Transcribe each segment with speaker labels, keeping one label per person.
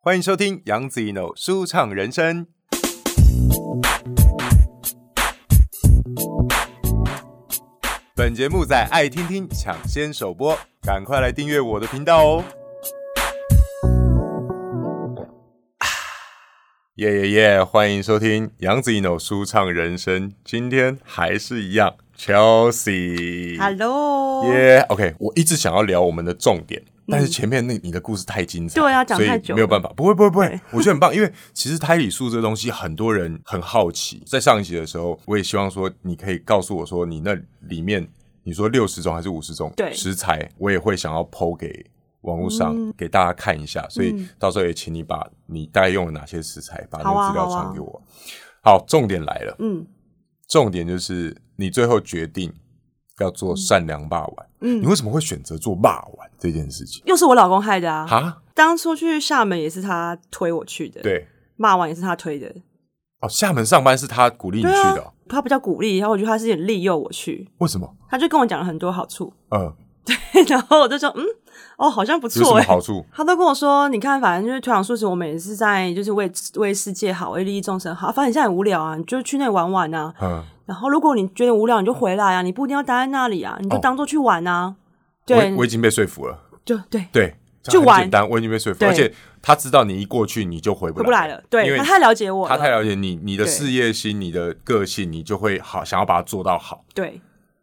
Speaker 1: 欢迎收听杨子一 n o 舒畅人生。本节目在爱听听抢先首播，赶快来订阅我的频道哦！耶耶耶！欢迎收听杨子一 n o 舒畅人生。今天还是一样，Chelsea。
Speaker 2: Hello，、
Speaker 1: 耶、o k 我一直想要聊我们的重点，但是前面那你的故事太精彩了，
Speaker 2: 对啊讲太
Speaker 1: 所
Speaker 2: 久
Speaker 1: 以
Speaker 2: 了
Speaker 1: 没有办法。不会，不会，不会
Speaker 2: 对，
Speaker 1: 我觉得很棒，因为其实胎里素这个东西，很多人很好奇。在上一集的时候，我也希望说你可以告诉我说你那里面你说六十种还是五十种
Speaker 2: 对
Speaker 1: 食材，我也会想要剖给。网络上给大家看一下，所以到时候也请你把你大概用了哪些食材，把那
Speaker 2: 好
Speaker 1: 个
Speaker 2: 啊
Speaker 1: 资料
Speaker 2: 好啊
Speaker 1: 传给我。好，重点来了，
Speaker 2: 嗯
Speaker 1: 重点就是你最后决定要做善良霸碗，你
Speaker 2: 嗯，
Speaker 1: 为什么会选择做霸碗这件事情？
Speaker 2: 又是我老公害的啊！
Speaker 1: 哈，
Speaker 2: 当初去厦门也是他推我去的，，
Speaker 1: 对，
Speaker 2: 骂完也是他推的，
Speaker 1: 哦，厦门上班是他鼓励你去
Speaker 2: 对
Speaker 1: 的哦、
Speaker 2: 啊，他比较鼓励，然后我觉得他是有点利诱我去，
Speaker 1: 为什么？
Speaker 2: 他就跟我讲了很多好处，
Speaker 1: 嗯，
Speaker 2: 然后我就说，嗯，哦，好像不
Speaker 1: 有什
Speaker 2: 错
Speaker 1: 么
Speaker 2: 哎、
Speaker 1: 好 处？
Speaker 2: 他都跟我说，你看，反正就是推广素食，我们也是在就是为为世界好，为利益众生好。反正你现在很无聊啊，你就去那里玩玩啊。
Speaker 1: 嗯，
Speaker 2: 然后如果你觉得无聊，你就回来啊，你不一定要待在那里啊，你就
Speaker 1: 哦
Speaker 2: 当做去玩啊。对
Speaker 1: 我我已经被说服了，
Speaker 2: 就对，
Speaker 1: 对，这
Speaker 2: 就
Speaker 1: 很
Speaker 2: 玩
Speaker 1: 简单，我已经被说服，
Speaker 2: 对
Speaker 1: 而且他知道你一过去你就回不
Speaker 2: 回不来
Speaker 1: 了
Speaker 2: 了。，对
Speaker 1: 因为
Speaker 2: 他太了解我
Speaker 1: 他
Speaker 2: 了，
Speaker 1: 太了解你，你的
Speaker 2: 对
Speaker 1: 事业心、你的个性，你就会好想要把它做到好，
Speaker 2: 对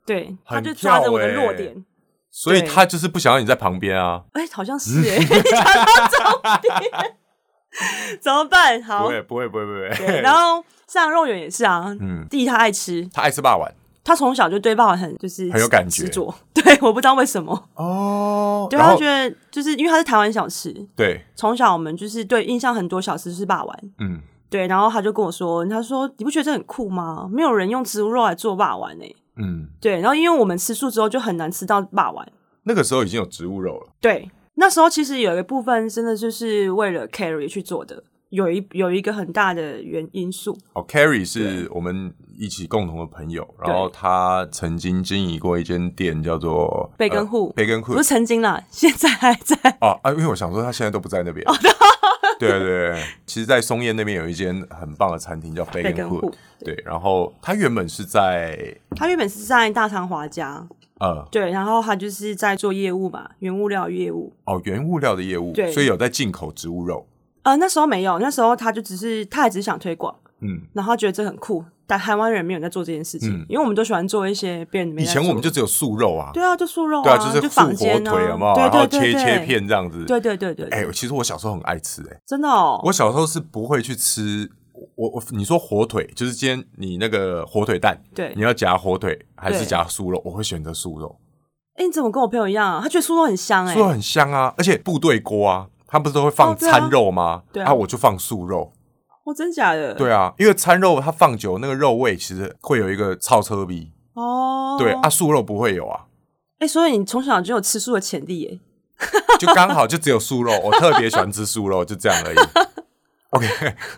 Speaker 2: 对，他
Speaker 1: 很
Speaker 2: 就抓
Speaker 1: 跳
Speaker 2: 着我的
Speaker 1: 欸
Speaker 2: 弱点。
Speaker 1: 所以
Speaker 2: 对
Speaker 1: 他就是不想要你在旁边啊。
Speaker 2: 哎、好像是哎、欸， 讲到重点， 怎么办？
Speaker 1: 不
Speaker 2: 好，
Speaker 1: 会，不会，不会，不会。
Speaker 2: 对，然后像肉圆也是啊，
Speaker 1: 嗯
Speaker 2: 弟他爱吃，
Speaker 1: 他爱吃霸碗
Speaker 2: 他从小就对爸爸很就是
Speaker 1: 很有感觉
Speaker 2: 执着， 对，我不知道为什么，
Speaker 1: 哦，
Speaker 2: 对
Speaker 1: 然
Speaker 2: 他
Speaker 1: 后
Speaker 2: 觉得就是因为他是台湾小吃，
Speaker 1: 对，
Speaker 2: 从小我们就是对印象很多小吃就是霸丸，
Speaker 1: 嗯，
Speaker 2: 对，然后他就跟我说，他说你不觉得这很酷吗？没有人用植物肉来做霸丸呢、
Speaker 1: 嗯，
Speaker 2: 对，然后因为我们吃素之后就很难吃到霸丸，
Speaker 1: 那个时候已经有植物肉了，
Speaker 2: 对，那时候其实有一个部分真的就是为了 carry 去做的，有一有一个很大的原因素，
Speaker 1: 哦，Carrie 是我们一起共同的朋友，然后他曾经经营过一间店，叫做
Speaker 2: 贝根户
Speaker 1: 呃贝根户
Speaker 2: 不是曾经啦， 现在还在。
Speaker 1: 哦啊，因为我想说他现在都不在那 边。对对对，其实，在松叶那边有一间很棒的餐厅叫贝
Speaker 2: 贝
Speaker 1: 根
Speaker 2: 根
Speaker 1: 户
Speaker 2: 户，
Speaker 1: 对，然后他原本是在
Speaker 2: 他原本是在大长华家，
Speaker 1: 呃
Speaker 2: 对，然后他就是在做业务嘛，原物料业务。
Speaker 1: 哦原物料的业务，
Speaker 2: 对
Speaker 1: 所以有在进口植物肉，
Speaker 2: 呃，那时候没有，那时候他就只是，他也只是想推广，
Speaker 1: 嗯。
Speaker 2: 然后他觉得这很酷，但台湾人没有人在做这件事情，
Speaker 1: 嗯
Speaker 2: 因为我们都喜欢做一些别人没
Speaker 1: 以
Speaker 2: 在
Speaker 1: 前我
Speaker 2: 做
Speaker 1: 们就
Speaker 2: 的
Speaker 1: 只有素肉啊，
Speaker 2: 对啊，就素肉
Speaker 1: 对
Speaker 2: 啊，
Speaker 1: 啊，就是素
Speaker 2: 坊
Speaker 1: 火腿，
Speaker 2: 间啊，
Speaker 1: 有没有？
Speaker 2: 对
Speaker 1: 然后
Speaker 2: 对
Speaker 1: 切
Speaker 2: 对对，
Speaker 1: 切片这样子。
Speaker 2: 对对对对，
Speaker 1: 哎
Speaker 2: 对，
Speaker 1: 其实我小时候很爱吃，哎，
Speaker 2: 真的哦，
Speaker 1: 我小时候是不会去吃，我我你说火腿，就是今天你那个火腿蛋，
Speaker 2: 对
Speaker 1: 你，要夹火腿还是
Speaker 2: 对
Speaker 1: 夹酥肉？我会选择酥肉，
Speaker 2: 哎、你怎么跟我朋友一样啊？他觉得酥肉很香哎、
Speaker 1: 酥肉很香啊，而且部队锅啊，他不是都会放
Speaker 2: 哦对啊
Speaker 1: 餐肉吗？
Speaker 2: 对啊
Speaker 1: 啊，我就放素肉。
Speaker 2: 哦，真假的？
Speaker 1: 对啊，因为餐肉它放久，那个肉味其实会有一个超车逼。
Speaker 2: 哦，
Speaker 1: 对
Speaker 2: 哎
Speaker 1: 啊，、素肉不会有啊，
Speaker 2: 所以你从小就有吃素的潜力耶、
Speaker 1: 就刚好就只有素肉，我特别喜欢吃素肉，就这样而已。OK，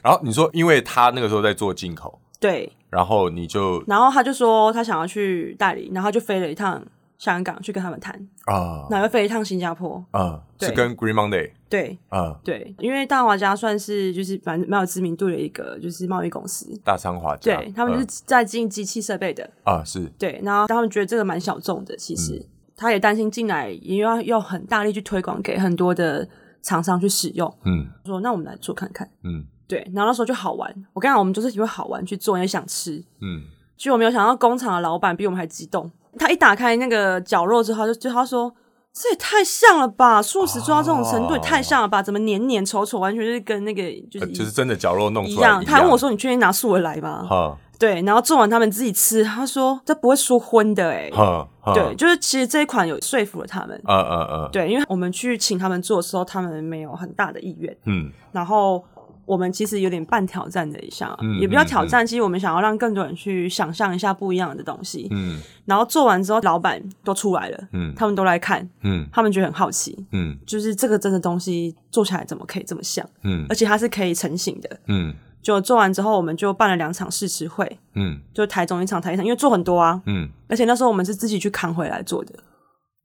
Speaker 1: 然后 你说，因为他那个时候在做进口，
Speaker 2: 对，
Speaker 1: 然后你就
Speaker 2: 然后他就说他想要去代理，然后他就飞了一趟香港去跟他们谈，
Speaker 1: 啊
Speaker 2: 然后又飞一趟新加坡。
Speaker 1: 啊，是
Speaker 2: 对
Speaker 1: 跟 Green Monday
Speaker 2: 对
Speaker 1: 啊
Speaker 2: 对，因为大华家算是就是蛮蛮有知名度的一个就是贸易公司，
Speaker 1: 大仓华家，
Speaker 2: 对他们就是在进机器设备的。
Speaker 1: 嗯啊是
Speaker 2: 对，然后他们觉得这个蛮小众的，其
Speaker 1: 嗯
Speaker 2: 实、他也担心进来也要要很大力去推广给很多的厂商去使用，
Speaker 1: 嗯
Speaker 2: 说那我们来做看看。
Speaker 1: 嗯
Speaker 2: 对，然后那时候就好玩。我跟你讲，我们就是因为好玩去做，也想吃。
Speaker 1: 嗯，
Speaker 2: 结果没有想到工厂的老板比我们还激动。他一打开那个绞肉之后，他就就他说：“这也太像了吧！素食做到这种程度，也太像了吧！怎么黏黏稠稠，完全就是跟那个就是
Speaker 1: 呃
Speaker 2: 一、
Speaker 1: 就是真的绞肉弄
Speaker 2: 一
Speaker 1: 出来
Speaker 2: 样。”他还问我说：“你确定拿素的来吗
Speaker 1: 哈？”
Speaker 2: 对，然后做完他们自己吃，他说：“这不会说荤的哎、
Speaker 1: 哈哈，
Speaker 2: 对，就是其实这一款有说服了他们。
Speaker 1: 呃呃呃，
Speaker 2: 对，因为我们去请他们做的时候，他们没有很大的意愿。
Speaker 1: 嗯
Speaker 2: 然后我们其实有点半挑战的一下，
Speaker 1: 嗯
Speaker 2: 也不叫挑战，其实我们想要让更多人去想象一下不一样的东西。
Speaker 1: 嗯
Speaker 2: 然后做完之后，老板都出来了，
Speaker 1: 嗯
Speaker 2: 他们都来看，
Speaker 1: 嗯
Speaker 2: 他们觉得很好奇，
Speaker 1: 嗯
Speaker 2: 就是这个真的东西做起来怎么可以这么像，
Speaker 1: 嗯
Speaker 2: 而且它是可以成型的。
Speaker 1: 嗯
Speaker 2: 就做完之后，我们就办了两场试吃会，
Speaker 1: 嗯
Speaker 2: 就台中一场、台一场，因为做很多啊，
Speaker 1: 嗯，
Speaker 2: 而且那时候我们是自己去扛回来做的，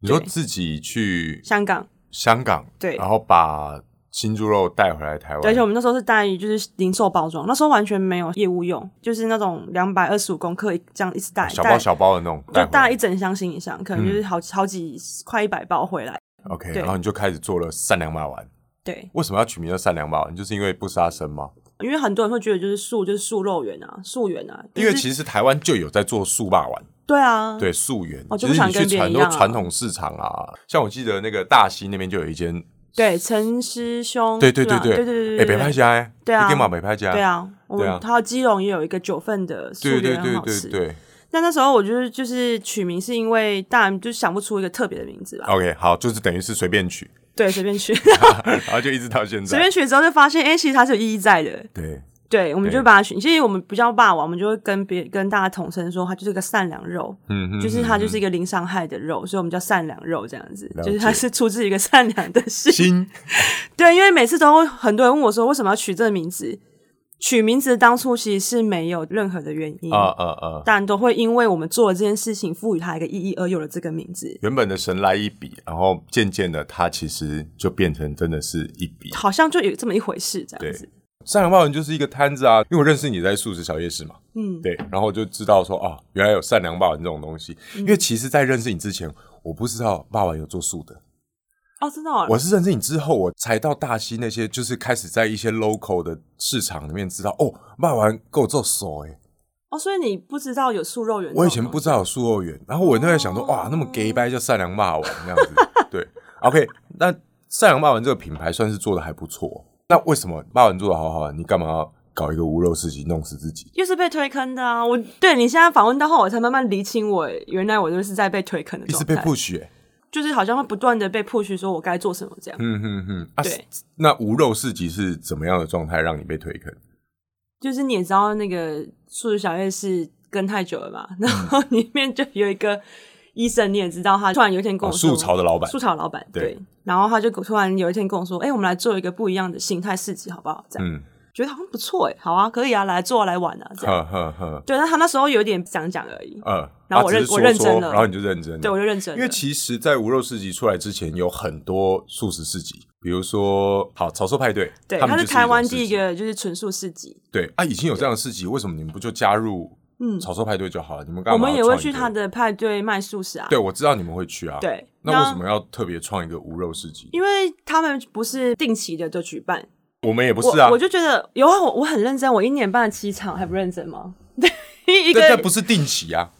Speaker 1: 你说自己去
Speaker 2: 香港。
Speaker 1: 香港，
Speaker 2: 对
Speaker 1: 然后把新猪肉带回来台湾，
Speaker 2: 对而且我们那时候是带就是零售包装，那时候完全没有业务用，就是那种两百二十五公克一这样一直带，
Speaker 1: 哦小
Speaker 2: 带
Speaker 1: 包小包的那种带
Speaker 2: 就
Speaker 1: 回
Speaker 2: 带
Speaker 1: 来嗯
Speaker 2: 一整箱行李箱，可能就是好、好几快一百包回来。
Speaker 1: ，OK，
Speaker 2: 对
Speaker 1: 然后你就开始做了善良麻丸。
Speaker 2: 对，
Speaker 1: 为什么要取名叫善良麻丸？就是因为不杀生吗？
Speaker 2: 因为很多人会觉得就是素就是素肉圆啊，素圆啊，
Speaker 1: 因为
Speaker 2: 就是
Speaker 1: 其实台湾就有在做素霸丸，
Speaker 2: 对啊，
Speaker 1: 对素圆，
Speaker 2: 哦
Speaker 1: 就
Speaker 2: 就不
Speaker 1: 是
Speaker 2: 想
Speaker 1: 你去
Speaker 2: 跟别人
Speaker 1: 很
Speaker 2: 一
Speaker 1: 多
Speaker 2: 样啊
Speaker 1: 传统市场啊，像我记得那个大溪那边就有一间，
Speaker 2: 对，陈师兄，
Speaker 1: 对对对
Speaker 2: 吧嗯对对对
Speaker 1: 哎，
Speaker 2: 对
Speaker 1: 北
Speaker 2: 对，
Speaker 1: 派家哎，
Speaker 2: 对啊
Speaker 1: 一定嘛北派家，
Speaker 2: 对啊，我
Speaker 1: 对啊
Speaker 2: 们还有基隆也有一个九份的素
Speaker 1: 对，对
Speaker 2: 圆
Speaker 1: 对
Speaker 2: 很好
Speaker 1: 对对
Speaker 2: 吃。
Speaker 1: 对。
Speaker 2: 那那时候我就是就是取名是因为当然就想不出一个特别的名字吧，
Speaker 1: OK，好，就是等于是随便 取，
Speaker 2: 对，随便取，
Speaker 1: 啊然后就一直到现在。
Speaker 2: 随便取之后就发现，哎、其实它是有意义在的。
Speaker 1: 对，
Speaker 2: 对，我们
Speaker 1: 对
Speaker 2: 就把它取，其实我们不叫霸王，我们就会跟别跟大家统称说，它就是个善良肉，
Speaker 1: 嗯哼，
Speaker 2: 就是它就是一个零伤害的肉，所以我们叫善良肉这样子
Speaker 1: 了，解
Speaker 2: 就是它是出自于一个善 良的心。
Speaker 1: 心
Speaker 2: 对，因为每次都会很多人问我说，为什么要取这个名字？取名字当初其实是没有任何的原因，
Speaker 1: 啊啊啊！
Speaker 2: 但都会因为我们做了这件事情，赋予它一个意义，而有了这个名字。
Speaker 1: 原本的神来一笔，然后渐渐的，它其实就变成真的是一笔。
Speaker 2: 好像就有这么一回事，这样子。
Speaker 1: 善良猫人就是一个摊子啊，因为我认识你在素食小夜市嘛，
Speaker 2: 嗯，
Speaker 1: 对，然后我就知道说啊，原来有善良霸王这种东西。因为其实，在认识你之前，我不知道霸王有做素的，
Speaker 2: 哦，真的、哦，
Speaker 1: 我是认识你之后，我才到大溪那些，就是开始在一些 local 的市场里面知道，哦，霸王够做手哎、
Speaker 2: 哦，所以你不知道有素肉圆？
Speaker 1: 我以前不，知道有素肉圆，然后我那会想说，哇，那么 gay 掰叫善良霸王这样子，对，OK，那善良霸王这个品牌算是做的还不错，那为什么霸王做的好好，你干嘛要搞一个无肉市集弄死自己？
Speaker 2: 又是被推坑的啊！我对你现在访问到后，我才慢慢理清我原来我就是在被推坑的
Speaker 1: 一直
Speaker 2: 状
Speaker 1: 被
Speaker 2: 态，
Speaker 1: push 哎、
Speaker 2: 就是好像会不断的被 push 说我该做什么这样。
Speaker 1: 嗯哼哼，啊，
Speaker 2: 对，
Speaker 1: 那无肉市集是怎么样的状态让你被推坑？
Speaker 2: 就是你也知道那个素食小夜市跟太久了嘛，然后
Speaker 1: 嗯
Speaker 2: 里面就有一个医生，你也知道，他突然有一天跟
Speaker 1: 哦，
Speaker 2: 我说，
Speaker 1: 素潮的老板
Speaker 2: 素，草老板
Speaker 1: 对
Speaker 2: 对，然后他就突然有一天跟我说，哎、我们来做一个不一样的形态市集好不好？这样、
Speaker 1: 嗯，
Speaker 2: 觉得好像不错哎、好啊，可以啊，来做啊来玩啊这样。
Speaker 1: 呵呵呵，
Speaker 2: 对，但他那时候有点讲讲而已，
Speaker 1: 呃，
Speaker 2: 然后
Speaker 1: 啊
Speaker 2: 我
Speaker 1: 只
Speaker 2: 认
Speaker 1: 是说
Speaker 2: 我认真
Speaker 1: 说
Speaker 2: 了
Speaker 1: 然后你就认真了，
Speaker 2: 对我就认真了，
Speaker 1: 因为其实，在无肉市集出来之前，有很多素食市集，比如说好潮州派对，
Speaker 2: 对
Speaker 1: 他们
Speaker 2: 他
Speaker 1: 就是是
Speaker 2: 台湾
Speaker 1: 种市
Speaker 2: 第一
Speaker 1: 集，
Speaker 2: 个就是纯素市集，
Speaker 1: 对啊，已经有这样的市集，为什么你们不就加入
Speaker 2: 嗯
Speaker 1: 潮州派对就好了？你们干
Speaker 2: 我
Speaker 1: 嘛？
Speaker 2: 们也会去他，的派对卖素食啊，
Speaker 1: 对我知道你们会去啊，，
Speaker 2: 对，
Speaker 1: 那为什？么要特别创一个无肉市集？
Speaker 2: 因为他们不是定期的就举办，
Speaker 1: 我们也不是啊
Speaker 2: 我我，就觉得有啊，我我很认真，我一年办了七场，还不认真吗？ 对，一
Speaker 1: 这这
Speaker 2: 个
Speaker 1: 不是定期啊，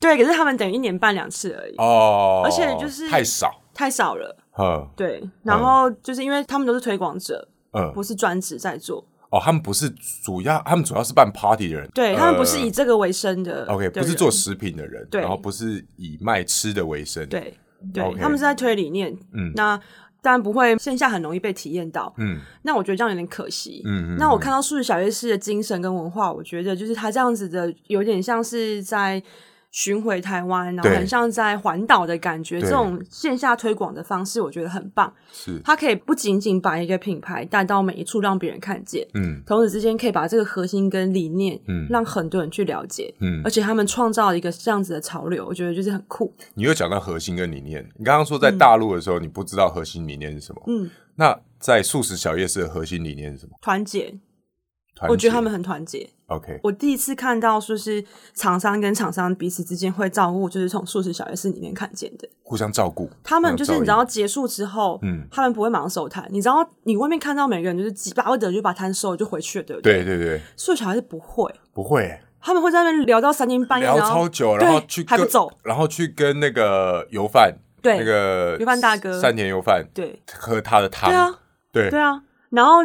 Speaker 2: 对，可是他们等于一年办两次而已，
Speaker 1: 哦，
Speaker 2: 而且就是
Speaker 1: 太少，
Speaker 2: 太少了。
Speaker 1: 嗯
Speaker 2: 对，然后就是因为他们都是推广者，
Speaker 1: 嗯，
Speaker 2: 不是专职在做，
Speaker 1: 哦，他们不是主要，他们主要是办 party 的人，
Speaker 2: 对
Speaker 1: 呃
Speaker 2: 他们不是以这个为生的。
Speaker 1: OK，
Speaker 2: 的
Speaker 1: 不是
Speaker 2: 人
Speaker 1: 做食品的人，
Speaker 2: 嗯对
Speaker 1: 然后不是以卖吃的为生，，
Speaker 2: 对对
Speaker 1: OK
Speaker 2: 他们是在推理念。
Speaker 1: 嗯
Speaker 2: 那当然不会线下很容易被体验到。
Speaker 1: 嗯
Speaker 2: 那我觉得这样有点可惜。
Speaker 1: 嗯嗯，
Speaker 2: 那
Speaker 1: 嗯
Speaker 2: 我看到素食小夜市的精神跟文化，我觉得就是他这样子的，有点像是在巡回台湾，然后
Speaker 1: 对
Speaker 2: 很像在环岛的感觉。
Speaker 1: 对
Speaker 2: 这种线下推广的方式，我觉得很棒。
Speaker 1: 是，
Speaker 2: 它可以不仅仅把一个品牌带到每一处让别人看见，
Speaker 1: 嗯
Speaker 2: 同时之间可以把这个核心跟理念，
Speaker 1: 嗯
Speaker 2: 让很多人去了解，
Speaker 1: 嗯
Speaker 2: 而，且他们创造了一个这样子的潮流，我觉得就是很酷。
Speaker 1: 你又讲到核心跟理念，你刚刚说在大陆的时候，你不知道核心理念是什么，
Speaker 2: 嗯，
Speaker 1: 那在素食小夜市的核心理念是什么？
Speaker 2: 团结，
Speaker 1: 团
Speaker 2: 我觉
Speaker 1: 结
Speaker 2: 得他们很团结。
Speaker 1: OK，
Speaker 2: 我第一次看到，说是厂商跟厂商彼此之间会照顾，就是从素食小夜市里面看见的。
Speaker 1: 互相照顾，
Speaker 2: 他们
Speaker 1: 互
Speaker 2: 就
Speaker 1: 相
Speaker 2: 是你知
Speaker 1: 照
Speaker 2: 道结束之后，
Speaker 1: 嗯
Speaker 2: 他们不会马上收摊。你知道你外面看到每个人就是几巴不得就把摊收了就回去了，对不
Speaker 1: 应，？对对对，
Speaker 2: 素食小夜市不会，
Speaker 1: 不会
Speaker 2: 他们会在那边聊到三更半夜，
Speaker 1: 聊
Speaker 2: 然后
Speaker 1: 超久，
Speaker 2: 对
Speaker 1: 然后去
Speaker 2: 还不
Speaker 1: 跟
Speaker 2: 走，
Speaker 1: 然后去跟那个油饭，
Speaker 2: 对
Speaker 1: 那个
Speaker 2: 油饭大哥
Speaker 1: 山田油饭
Speaker 2: 对
Speaker 1: 喝他的汤，
Speaker 2: 对啊，
Speaker 1: 对
Speaker 2: 对啊，然后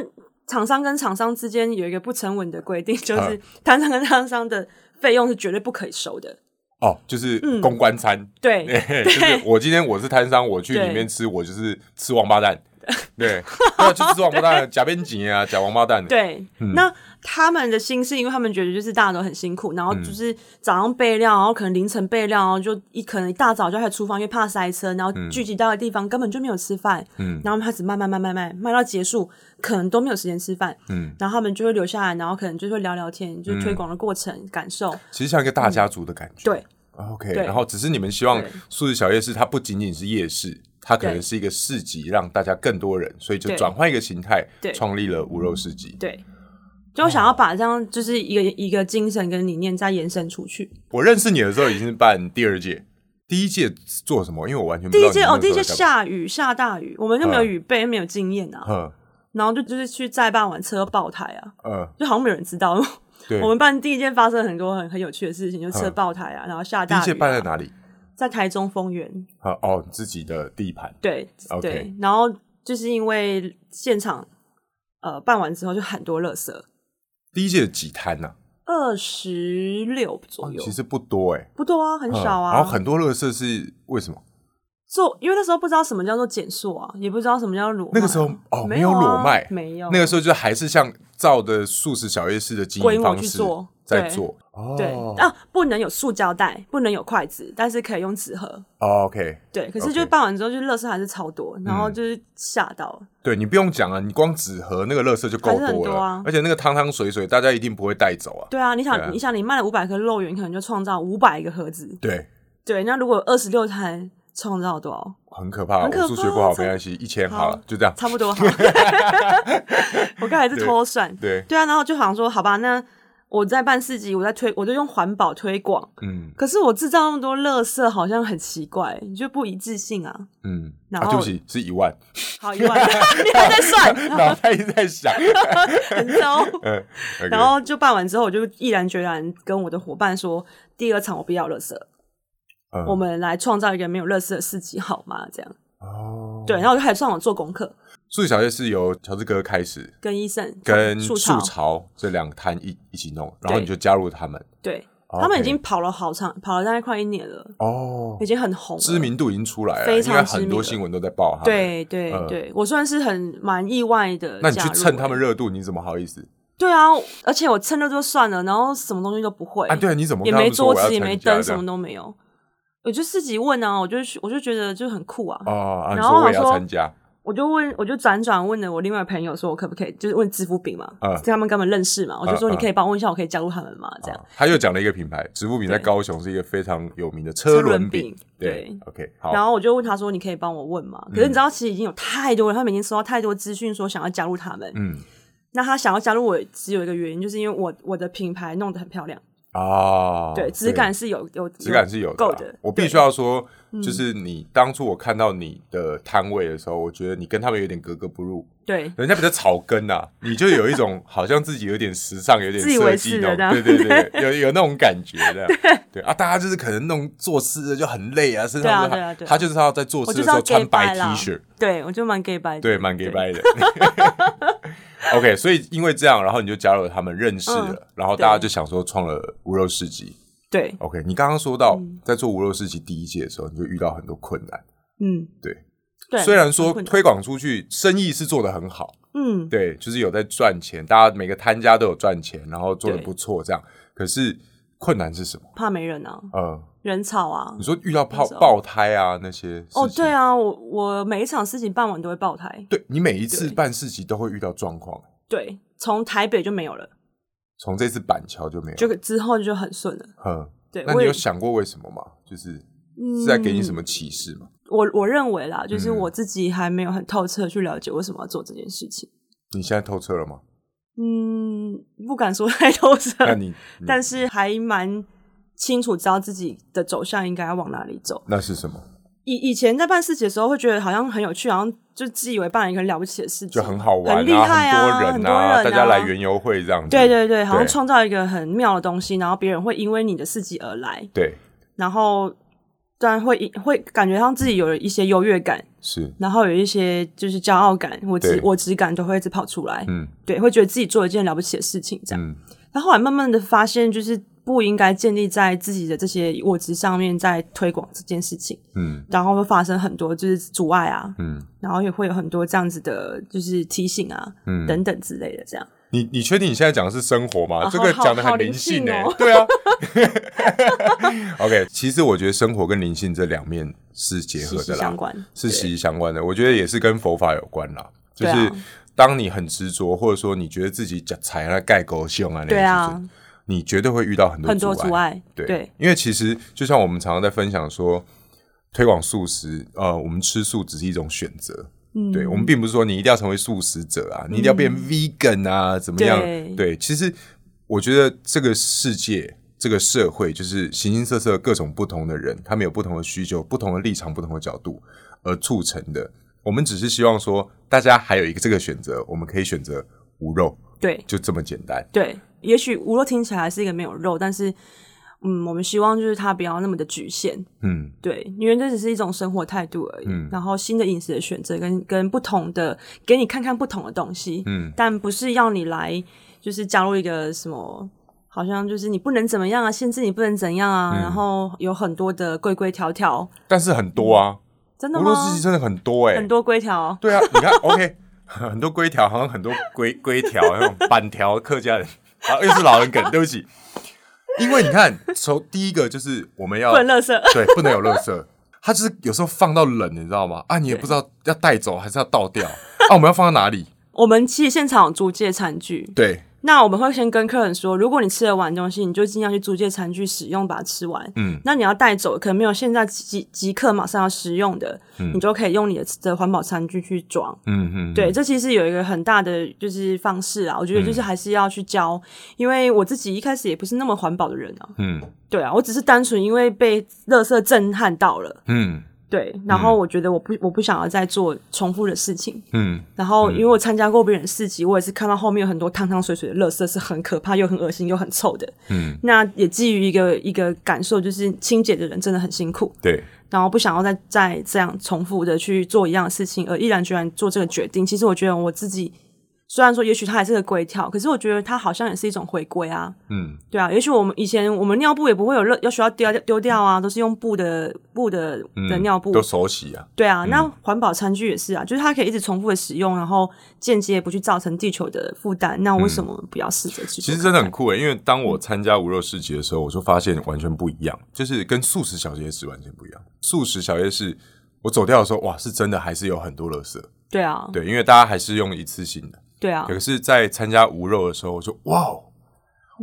Speaker 2: 厂商跟厂商之间有一个不成文的规定，就是摊商跟摊商的费用是绝对不可以收的。
Speaker 1: 哦，就是公关餐，
Speaker 2: 嗯 对，
Speaker 1: 对，就是我今天我是摊商，我去里面吃，我就是吃王八 蛋，对， 要去吃王八蛋，假边景啊，假王八蛋，
Speaker 2: 对，
Speaker 1: 嗯
Speaker 2: 那他们的心是因为他们觉得就是大家都很辛苦，然后
Speaker 1: 嗯
Speaker 2: 就是早上备料，然后可能凌晨备料，然后就一可能一大早就开始厨房，因为怕塞车，然后聚集到的地方根本就没有吃饭，
Speaker 1: 嗯
Speaker 2: 然后开始慢慢慢慢慢卖到结束，可能都没有时间吃饭，
Speaker 1: 嗯，
Speaker 2: 然后他们就会留下来，然后可能就会聊聊天，就是推广的过程、感受，
Speaker 1: 其实像一个大家族的感觉，啊
Speaker 2: 对
Speaker 1: ，OK，
Speaker 2: 对
Speaker 1: 然后只是你们希望
Speaker 2: 对
Speaker 1: 素食小夜市，它不仅仅是夜市，它可能
Speaker 2: 对
Speaker 1: 是一个市集，让大家更多人，所以就
Speaker 2: 对
Speaker 1: 转换一个形态
Speaker 2: 对，
Speaker 1: 创立了无肉市集。
Speaker 2: 对，就我想要把这样就是一个一个精神跟理念再延伸出去。
Speaker 1: 我认识你的时候已经是办第二届，第一届做什么？因为我完全不
Speaker 2: 第
Speaker 1: 知道你
Speaker 2: 一届
Speaker 1: 那
Speaker 2: 哦，
Speaker 1: 个
Speaker 2: 第一
Speaker 1: 时候
Speaker 2: 届
Speaker 1: 在干嘛，
Speaker 2: 下雨下大雨，我们就没有
Speaker 1: 嗯
Speaker 2: 雨备，没有经验啊，
Speaker 1: 嗯
Speaker 2: 然后就就是去再办完车爆胎啊，
Speaker 1: 嗯，
Speaker 2: 就好像没有人知道。
Speaker 1: 对。
Speaker 2: 我们办第一件发生很多很很有趣的事情，就车
Speaker 1: 嗯
Speaker 2: 爆胎啊，然后下
Speaker 1: 第一
Speaker 2: 大雨、
Speaker 1: 届
Speaker 2: 啊。
Speaker 1: 办在哪里？
Speaker 2: 在台中丰原，
Speaker 1: 啊哦，自己的地盘。
Speaker 2: 对
Speaker 1: OK
Speaker 2: 对，然后就是因为现场呃办完之后就很多垃圾，
Speaker 1: 第一届有几摊呐、
Speaker 2: 二十六左右，
Speaker 1: 哦其实不多哎、欸，
Speaker 2: 不多啊，很少
Speaker 1: 嗯然后
Speaker 2: 啊。
Speaker 1: 很多乐色是为什么？
Speaker 2: 做因为那时候不知道什么叫做减速啊，也不知道什么叫裸麦，
Speaker 1: 那个时候哦，
Speaker 2: 没
Speaker 1: 有
Speaker 2: 啊
Speaker 1: 裸卖，
Speaker 2: 没有
Speaker 1: 那个时候就还是像照的素食小夜市的经
Speaker 2: 规
Speaker 1: 营
Speaker 2: 模
Speaker 1: 方
Speaker 2: 去
Speaker 1: 式
Speaker 2: 做
Speaker 1: 在
Speaker 2: 对
Speaker 1: 做。哦，
Speaker 2: 对、啊，不能有塑胶袋，不能有筷子，但是可以用纸盒。
Speaker 1: 哦，OK，
Speaker 2: 对，可是就
Speaker 1: OK 嗯
Speaker 2: 办完之后，就垃圾还是超多，然后就是吓到了。
Speaker 1: 对你不用讲啊，你光纸盒那个乐色就够
Speaker 2: 还是很
Speaker 1: 了，
Speaker 2: 多啊
Speaker 1: 而且那个汤汤水水大家一定不会带走啊。
Speaker 2: 对啊，你想，
Speaker 1: 对啊
Speaker 2: 你想，你卖了五百颗肉圆，可能就创造五百个盒子。
Speaker 1: 对，
Speaker 2: 对，那如果二十六摊，创造多少？
Speaker 1: 很可怕。
Speaker 2: 很可
Speaker 1: 我数学
Speaker 2: 怕
Speaker 1: 不好
Speaker 2: 超
Speaker 1: 没关系，一千好
Speaker 2: 好
Speaker 1: 了，就这样。
Speaker 2: 差不 多哈。我刚才是偷算，
Speaker 1: 对，
Speaker 2: 对啊，然后就好像说，好吧，那我在办市集，我在推，我就用环保推广。
Speaker 1: 嗯
Speaker 2: 可是我制造那么多垃圾，好像很奇怪，你就不一致性啊。
Speaker 1: 嗯，
Speaker 2: 然
Speaker 1: 啊，对不
Speaker 2: 后
Speaker 1: 起，是一万，
Speaker 2: 好，一 万，你还在算，
Speaker 1: 脑袋一直在 想。
Speaker 2: 很糟。
Speaker 1: 嗯，OK，
Speaker 2: 然后就办完之后，我就毅然决然跟我的伙伴说，第二场我不要垃圾，
Speaker 1: 嗯
Speaker 2: 我们来创造一个没有垃圾的市集，好吗？这样
Speaker 1: 哦，
Speaker 2: 对，然后我就开始上网做功课，
Speaker 1: 素食小夜市由乔治哥开始，
Speaker 2: 跟医生
Speaker 1: 跟
Speaker 2: 呃树
Speaker 1: 树
Speaker 2: 草，
Speaker 1: 潮这两摊一一起弄，然后
Speaker 2: 对
Speaker 1: 你就加入他们。
Speaker 2: 对
Speaker 1: OK
Speaker 2: 他们已经跑了好长，跑了大概快一年了，
Speaker 1: 哦
Speaker 2: 已，经很红了，
Speaker 1: 知名度已经出来了，
Speaker 2: 非常
Speaker 1: 因为
Speaker 2: 知名
Speaker 1: 很多
Speaker 2: 了
Speaker 1: 新闻都在报他们。，
Speaker 2: 对对
Speaker 1: 呃
Speaker 2: 对，我算是很蛮意外的。欸
Speaker 1: 那你去蹭他们？热度，你怎么好意思
Speaker 2: 对啊，而且我蹭了就算了，然后什么东西都不会
Speaker 1: 啊？对啊，你怎么
Speaker 2: 也
Speaker 1: 跟他
Speaker 2: 没
Speaker 1: 们说
Speaker 2: 桌
Speaker 1: 我要
Speaker 2: 子，也
Speaker 1: 参加
Speaker 2: 没灯，
Speaker 1: 这
Speaker 2: 什
Speaker 1: 样
Speaker 2: 么都没有。我就自己问啊，我就去，我就觉得就很酷啊。
Speaker 1: 哦，啊，你
Speaker 2: 然后
Speaker 1: 说我也
Speaker 2: 我
Speaker 1: 要
Speaker 2: 说
Speaker 1: 参加，
Speaker 2: 我就问，我就辗转问了我另外朋友，说我可不可以，就是问支付饼嘛，
Speaker 1: 嗯
Speaker 2: 他们根本认识嘛，我就说
Speaker 1: 嗯
Speaker 2: 你可以帮我问一下，我可以加入他们吗？这样
Speaker 1: 啊。他又讲了一个品牌，植物饼在
Speaker 2: 对
Speaker 1: 高雄是一个非常有名的车轮饼
Speaker 2: 车轮饼。对
Speaker 1: ，OK，好，
Speaker 2: 然
Speaker 1: 嗯
Speaker 2: 后我就问他说：“你可以帮我问吗？”可是你知道，其实已经有太多人，他们已经收到太多资讯，说想要加入他们。
Speaker 1: 嗯，
Speaker 2: 那他想要加入我，只有一个原因，就是因为我我的品牌弄得很漂亮，
Speaker 1: 啊，
Speaker 2: 对，质感是有有
Speaker 1: 质感是有的
Speaker 2: 够
Speaker 1: 啦。
Speaker 2: 的。
Speaker 1: 我必须
Speaker 2: 对嗯
Speaker 1: 要说，就是你当初我看到你的摊位的时候，我觉得你跟他们有点格格不入，
Speaker 2: 对
Speaker 1: 人家比较草根呐、 你就有一种好像自己有点时尚、有点
Speaker 2: 自以为
Speaker 1: 设
Speaker 2: 是
Speaker 1: 计
Speaker 2: 的
Speaker 1: 那种，对
Speaker 2: 这
Speaker 1: 对对，对有 有那种感觉的。对啊，大家就是可能弄做事的就很累啊，身上
Speaker 2: 对啊对啊对啊
Speaker 1: 他就是要在做
Speaker 2: 我
Speaker 1: 事
Speaker 2: 就
Speaker 1: 的
Speaker 2: 知
Speaker 1: 时
Speaker 2: 道
Speaker 1: 候
Speaker 2: gay
Speaker 1: 穿白
Speaker 2: 白
Speaker 1: T
Speaker 2: 啦
Speaker 1: 恤，
Speaker 2: 对，我就蛮 gay 白的，
Speaker 1: 对，蛮 gay 白的。OK，所 以因为这样，然后你就加入了他们，认识了，
Speaker 2: 嗯
Speaker 1: 然后大家
Speaker 2: 对
Speaker 1: 就想说创了无肉市集。
Speaker 2: 对，
Speaker 1: OK，你刚刚说到、在做无肉市集第一届的时候，你就遇到很多困难。
Speaker 2: 嗯，
Speaker 1: 对
Speaker 2: 对。
Speaker 1: 虽然
Speaker 2: 蛮
Speaker 1: 说
Speaker 2: 困难
Speaker 1: 推广出去，生意是做得很好，
Speaker 2: 嗯，
Speaker 1: 对，就是有在赚钱，大家每个摊家都有赚钱，然后做的
Speaker 2: 对
Speaker 1: 不错，这样。可是困难是什么？
Speaker 2: 怕没人啊，
Speaker 1: 呃，
Speaker 2: 人潮啊
Speaker 1: 你。说遇到爆
Speaker 2: 那时候
Speaker 1: 爆胎啊那些事情
Speaker 2: 哦，对，啊，我我每一场事情办完都会爆胎，
Speaker 1: 对你每一次
Speaker 2: 对
Speaker 1: 办市集都会遇到状况，
Speaker 2: 对，从台北就没有了，
Speaker 1: 从这次板桥就没有。
Speaker 2: 就之后就很顺了。
Speaker 1: 嗯，
Speaker 2: 对，
Speaker 1: 那
Speaker 2: 我
Speaker 1: 你
Speaker 2: 也嗯
Speaker 1: 有想过为什么吗？就是是在给你什么启示吗？
Speaker 2: 我我认为啦，就是
Speaker 1: 嗯
Speaker 2: 我自己还没有很透彻去了解为什么要做这件事情。
Speaker 1: 你现在透彻了 吗？
Speaker 2: 嗯，不敢说太透彻，
Speaker 1: 那你，你
Speaker 2: 但是还蛮清楚知道自己的走向应该要往哪里走。
Speaker 1: 那是什么？
Speaker 2: 以以前在办事情的时候，会觉得好像很有趣，好像就自以为办了一个很了不起的事情，
Speaker 1: 就很好玩
Speaker 2: 很厉害
Speaker 1: 啊，
Speaker 2: 啊，
Speaker 1: 很
Speaker 2: 很
Speaker 1: 多人
Speaker 2: 人啊，
Speaker 1: 大家来园游会这样子。
Speaker 2: 对对对，好像
Speaker 1: 对
Speaker 2: 创造一个很妙的东西，然后别人会因为你的事迹而来，
Speaker 1: 对，
Speaker 2: 然后当然会会感觉上自己有一些优越感，
Speaker 1: 是，
Speaker 2: 然后有一些就是骄傲感，我只
Speaker 1: 对
Speaker 2: 我只感都会一直跑出来，
Speaker 1: 嗯
Speaker 2: 对，会觉得自己做了一件了不起的事情，这样。
Speaker 1: 嗯
Speaker 2: 但后来慢慢的发现，就是不应该建立在自己的这些我值上面，在推广这件事情，
Speaker 1: 嗯
Speaker 2: 然后会发生很多就是阻碍啊，
Speaker 1: 嗯
Speaker 2: 然后也会有很多这样子的，就是提醒啊，
Speaker 1: 嗯。
Speaker 2: 等等之类的，这样。
Speaker 1: 你你确定你现在讲的是生活吗？
Speaker 2: 啊
Speaker 1: 这个
Speaker 2: 好
Speaker 1: 讲的
Speaker 2: 好
Speaker 1: 很
Speaker 2: 灵
Speaker 1: 灵性
Speaker 2: 性
Speaker 1: 呢、
Speaker 2: 哦
Speaker 1: 对啊。OK，其实我觉得生活跟灵性这两面是结合
Speaker 2: 息息
Speaker 1: 的啦
Speaker 2: 相，关，
Speaker 1: 是
Speaker 2: 对
Speaker 1: 息息相关的。我觉得也是跟佛法有关啦，就
Speaker 2: 对啊
Speaker 1: 是当你很执着，或者说你觉得自己讲踩了盖狗熊啊，那
Speaker 2: 对
Speaker 1: 些事
Speaker 2: 啊
Speaker 1: 情，，你绝对会遇到很多
Speaker 2: 很多阻
Speaker 1: 碍。
Speaker 2: 碍，
Speaker 1: 对，
Speaker 2: 对
Speaker 1: 因为其实就像我们常常在分享说，推广素食，呃，我们吃素只是一种选择，
Speaker 2: 嗯，
Speaker 1: 对我们并不是说你一定要成为素食者啊，你一定要变 vegan 啊，怎么样？
Speaker 2: 对
Speaker 1: 对，其实我觉得这个世界、这个社会，就是形形色色、各种不同的人，他们有不同的需求、不同的立场、不同的角度而促成的。我们只是希望说，大家还有一个这个选择，我们可以选择无肉，
Speaker 2: 对
Speaker 1: 就这么简单。
Speaker 2: 对，也许无肉听起来是一个没有肉，但是嗯，我们希望就是它不要那么的局限，
Speaker 1: 嗯，
Speaker 2: 对，因为这只是一种生活态度而已。
Speaker 1: 嗯
Speaker 2: 然后新的饮食的选择跟跟不同的，给你看看不同的东西。
Speaker 1: 嗯，
Speaker 2: 但不是要你来就是加入一个什么，好像就是你不能怎么样啊，限制你不能怎样啊，
Speaker 1: 嗯
Speaker 2: 然后有很多的规规条条，
Speaker 1: 但是很多啊，
Speaker 2: 真的
Speaker 1: 无
Speaker 2: 吗
Speaker 1: 肉？司机真的很多哎、
Speaker 2: 很多规条，
Speaker 1: 对啊，你看，OK，很 多规条，好像很多规规条，那种板条，客家人，啊，又是老人梗，对不起。因为你看，从第一个就是我们要
Speaker 2: 不能垃圾。
Speaker 1: 对，不能有垃圾。它就是有时候放到冷，你知道吗？啊，你也不知道要带走还是要倒掉。啊，我们要放到哪里？
Speaker 2: 我们其实现场有租借餐具，
Speaker 1: 对，
Speaker 2: 那我们会先跟客人说，如果你吃得完东西，你就尽量去租借餐具使用，把它吃完。
Speaker 1: 嗯，
Speaker 2: 那你要带走，可能没有现在即即即刻马上要食用的，你就可以用你的的环保餐具去装。
Speaker 1: 嗯嗯，
Speaker 2: 对，这其实有一个很大的就是方式啊，我觉得就是还是要去教，因为我自己一开始也不是那么环保的人啊，
Speaker 1: 嗯
Speaker 2: 对啊，我只是单纯因为被垃圾震撼到了，
Speaker 1: 嗯
Speaker 2: 对，然后我觉得我不我不想要再做重复的事情，
Speaker 1: 嗯，
Speaker 2: 然后因为我参加过别人的市集，我也是看到后面有很多汤汤水水的垃圾是很可怕又很恶心又很臭的，
Speaker 1: 嗯，
Speaker 2: 那也基于一个一个感受，就是清洁的人真的很辛苦，
Speaker 1: 对，
Speaker 2: 然后不想要再再这样重复的去做一样的事情，而毅然决然做这个决定。其实我觉得我自己，虽然说也许它还是个规条，可是我觉得它好像也是一种回归啊，
Speaker 1: 嗯
Speaker 2: 对啊。也许我们以前我们尿布也不会有热，要需要丢掉丢掉啊，都是用布的布的的
Speaker 1: 嗯，
Speaker 2: 尿布，
Speaker 1: 都手洗啊。
Speaker 2: 对啊。那环保餐具也是啊，就是它可以一直重复的使用，然后间接不去造成地球的负担。那为什么不要试着去
Speaker 1: 嗯
Speaker 2: 做
Speaker 1: 其
Speaker 2: 看看？
Speaker 1: 实真的很酷欸诶，因为当我参加无肉市集的时候，我就发现完全不一样，就是跟素食小夜市完全不一样。素食小夜市，我走掉的时候，哇，是真的还是有很多垃圾，
Speaker 2: 对啊，
Speaker 1: 对，因为大家还是用一次性的。
Speaker 2: 对啊，
Speaker 1: 可是，在参加无肉的时候，我就哇哦，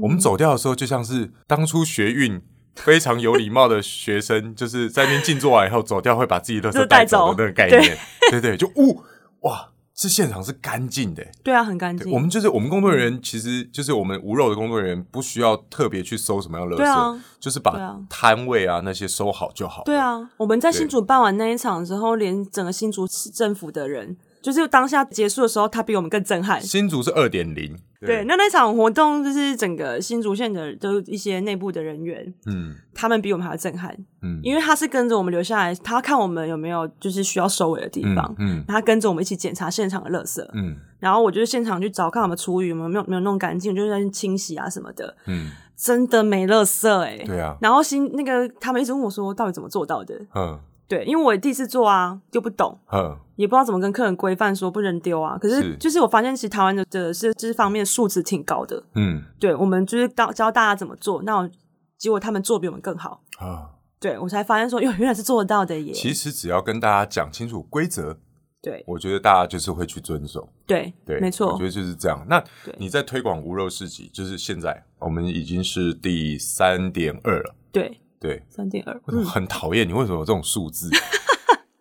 Speaker 1: 我们走掉的时候就像是当初学运。非常有礼貌的学生，就是在那边静坐完以后走掉，会把自己垃圾
Speaker 2: 就是带
Speaker 1: 走
Speaker 2: 走
Speaker 1: 的那个概念，对对，就呜哇，这现场是干净的，欸
Speaker 2: 对啊，很干
Speaker 1: 对
Speaker 2: 净。
Speaker 1: 我们就是我们工作人
Speaker 2: 嗯
Speaker 1: 员，其实就是我们无肉的工作人员，不需要特别去搜什么样的垃圾，
Speaker 2: 对啊
Speaker 1: 就是
Speaker 2: 对
Speaker 1: 把
Speaker 2: 啊
Speaker 1: 摊位啊那些收好就好。
Speaker 2: 对，啊，我们在
Speaker 1: 对
Speaker 2: 新竹办完那一场之后，连整个新竹市政府的人，就是当下结束的时候，他比我们更震撼。
Speaker 1: 新竹是二点零。
Speaker 2: 对，，那那场活动就是整个新竹县的都一些内部的人员，
Speaker 1: 嗯
Speaker 2: 他们比我们还要震撼，
Speaker 1: 嗯，
Speaker 2: 因为他是跟着我们留下来，他看我们有没有就是需要收尾的地方
Speaker 1: 嗯，嗯
Speaker 2: 然后他跟着我们一起检查现场的垃圾，
Speaker 1: 嗯
Speaker 2: 然后我就是现场去找看我们厨余有没有没有没有弄干净，我就是在清洗啊什么的，
Speaker 1: 嗯，
Speaker 2: 真的没垃圾哎、
Speaker 1: 对啊，
Speaker 2: 然后新那个他们一直问我说到底怎么做到的，
Speaker 1: 嗯
Speaker 2: 对，因为我也第一次做啊，又不懂，
Speaker 1: 嗯
Speaker 2: 也不知道怎么跟客人规范说不能丢啊。可是
Speaker 1: 是
Speaker 2: 就是我发现，其实台湾的的是这方面素质挺高的。
Speaker 1: 嗯
Speaker 2: 对，我们就是教教大家怎么做，那我结果他们做比我们更好。
Speaker 1: 啊，
Speaker 2: 对我才发现说，哟，原来是做得到的耶。
Speaker 1: 其实只要跟大家讲清楚规则，
Speaker 2: 对
Speaker 1: 我觉得大家就是会去遵守。
Speaker 2: 对
Speaker 1: 对，
Speaker 2: 没
Speaker 1: 我
Speaker 2: 错
Speaker 1: 觉，得就是这样。那
Speaker 2: 对
Speaker 1: 你在推广无肉市集，就是现在我们已经是第三点二了，
Speaker 2: 对
Speaker 1: 对，
Speaker 2: 三点二，
Speaker 1: 为什么
Speaker 2: 嗯，
Speaker 1: 很讨厌你？为什么有这种数字？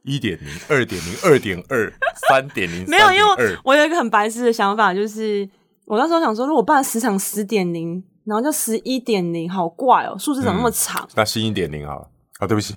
Speaker 1: 一点零、二点零、二点二、 三点零，
Speaker 2: 没有，因为
Speaker 1: 二
Speaker 2: 我有一个很白痴的想法，就是我那时候想说，如果办时长十点零，然后就十一点零，好怪哦，数字怎么那么长？
Speaker 1: 那新一点零好了。啊，对不起，